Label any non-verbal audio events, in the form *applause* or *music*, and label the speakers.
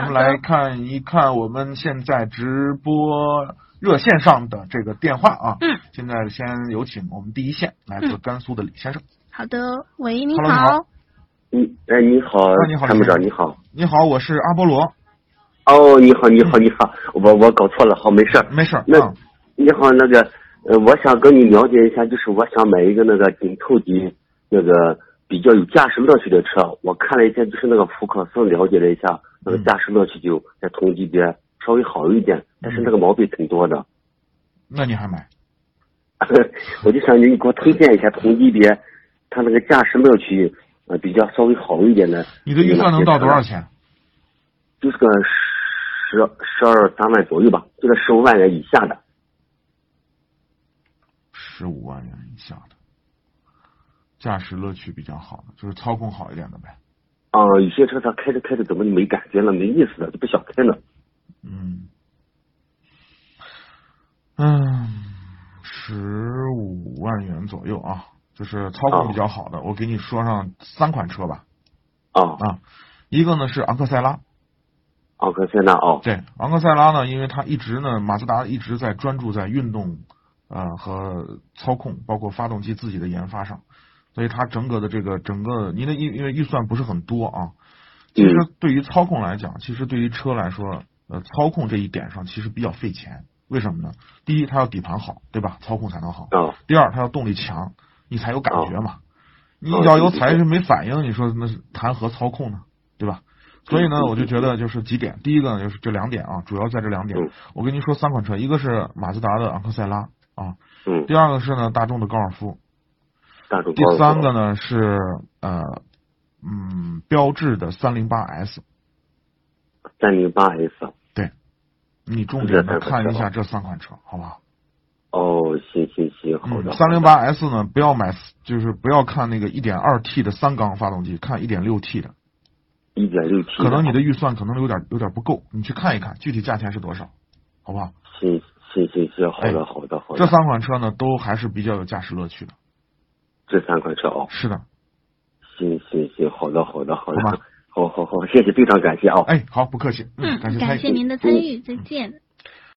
Speaker 1: 我们来看一看我们现在直播热线上的这个电话啊。
Speaker 2: 嗯。
Speaker 1: 现在先有请我们第一线来自甘肃的李先生。
Speaker 2: 好的，喂，你
Speaker 1: Hello，你好
Speaker 2: 好，
Speaker 3: 你哎，你好
Speaker 1: 啊你好，
Speaker 3: 参谋长，
Speaker 1: 你
Speaker 3: 你好。
Speaker 1: 你好，我是阿波罗。
Speaker 3: 哦，你好，你好，
Speaker 1: 嗯
Speaker 3: 你好，我我搞错了，好，没事儿。
Speaker 1: 没事儿。
Speaker 3: 那
Speaker 1: 啊
Speaker 3: 你好，那个，呃，我想跟你了解一下，就是我想买一个那个紧凑级那个比较有驾驶乐趣的车。我看了一下，就是那个福克斯，了解了一下，那个
Speaker 1: 嗯
Speaker 3: 驾驶乐趣就在同级别稍微好一点，但是那个
Speaker 1: 嗯
Speaker 3: 毛病挺多的。 *laughs*
Speaker 1: 那你还买？
Speaker 3: 我就想你给我推荐一下同级别，它那个驾驶乐趣呃比较稍微好一点的。
Speaker 1: 你的预算能到多少？钱？
Speaker 3: 就是个十十二三万左右吧，就在十五万元以下的。
Speaker 1: 十五万元以下的，驾驶乐趣比较好的，就是操控好一点的呗。
Speaker 3: 啊、有些车它开着开着怎么就没感觉了，没意思了，就不想开了。
Speaker 1: 嗯，嗯，十五万元左右啊，就是操控比较好的，我给你说上三款车吧。
Speaker 3: 啊，
Speaker 1: 啊，一个呢是昂克赛拉，
Speaker 3: 昂克赛拉哦，
Speaker 1: 对，昂克赛拉呢，因为它一直呢，马自达一直在专注在运动，呃和操控，包括发动机自己的研发上，所以它整个的这个整个您的因因为预算不是很多啊，其实对于操控来讲，其实对于车来说，呃，操控这一点上其实比较费钱，为什么呢？第一，它要底盘好，对吧？操控才能好。
Speaker 3: 啊
Speaker 1: 第二，它要动力强，你才有感觉嘛。你
Speaker 3: 哦
Speaker 1: 要有
Speaker 3: 对对
Speaker 1: 踩
Speaker 3: 对
Speaker 1: 是没反应，你说那是谈何操控呢？对吧？所以呢，
Speaker 3: 嗯
Speaker 1: 我就觉得就是几点，第一个呢就是这两点啊，主要在这两点
Speaker 3: 嗯。
Speaker 1: 我跟您说三款车，一个是马自达的昂克赛拉啊，
Speaker 3: 嗯，
Speaker 1: 第二个是呢大众的高尔夫，
Speaker 3: 大众
Speaker 1: 第
Speaker 3: 高尔夫
Speaker 1: 三个呢是呃嗯标致的三零八 S。
Speaker 3: 三零八 S，
Speaker 1: 你重
Speaker 3: 这
Speaker 1: 点的
Speaker 3: 三
Speaker 1: 看
Speaker 3: 款
Speaker 1: 一
Speaker 3: 车
Speaker 1: 下这三款车，好不好？
Speaker 3: 哦，行行行，好
Speaker 1: 嗯
Speaker 3: 的，，
Speaker 1: 三零八 S 呢，不要买，就是不要看那个一点二 T 的三缸发动机，看一点六 T 的，
Speaker 3: 一点六 T，
Speaker 1: 可能你的嗯预算可能有点有点不够，你去看一看具体价钱是多少，好不好？
Speaker 3: 行行行行，好
Speaker 1: 哎
Speaker 3: 的好的好
Speaker 1: 这
Speaker 3: 的，
Speaker 1: 三款车呢，都还是比较有驾驶乐趣的。
Speaker 3: 这三款车哦，
Speaker 1: 是的，
Speaker 3: 行行行，好的好的好的
Speaker 1: 好吧，
Speaker 3: 好好好，谢谢，非常感谢啊。
Speaker 1: 哎，好，不客气，
Speaker 2: 嗯，
Speaker 1: 感谢参与
Speaker 2: 感谢您的参与，再见。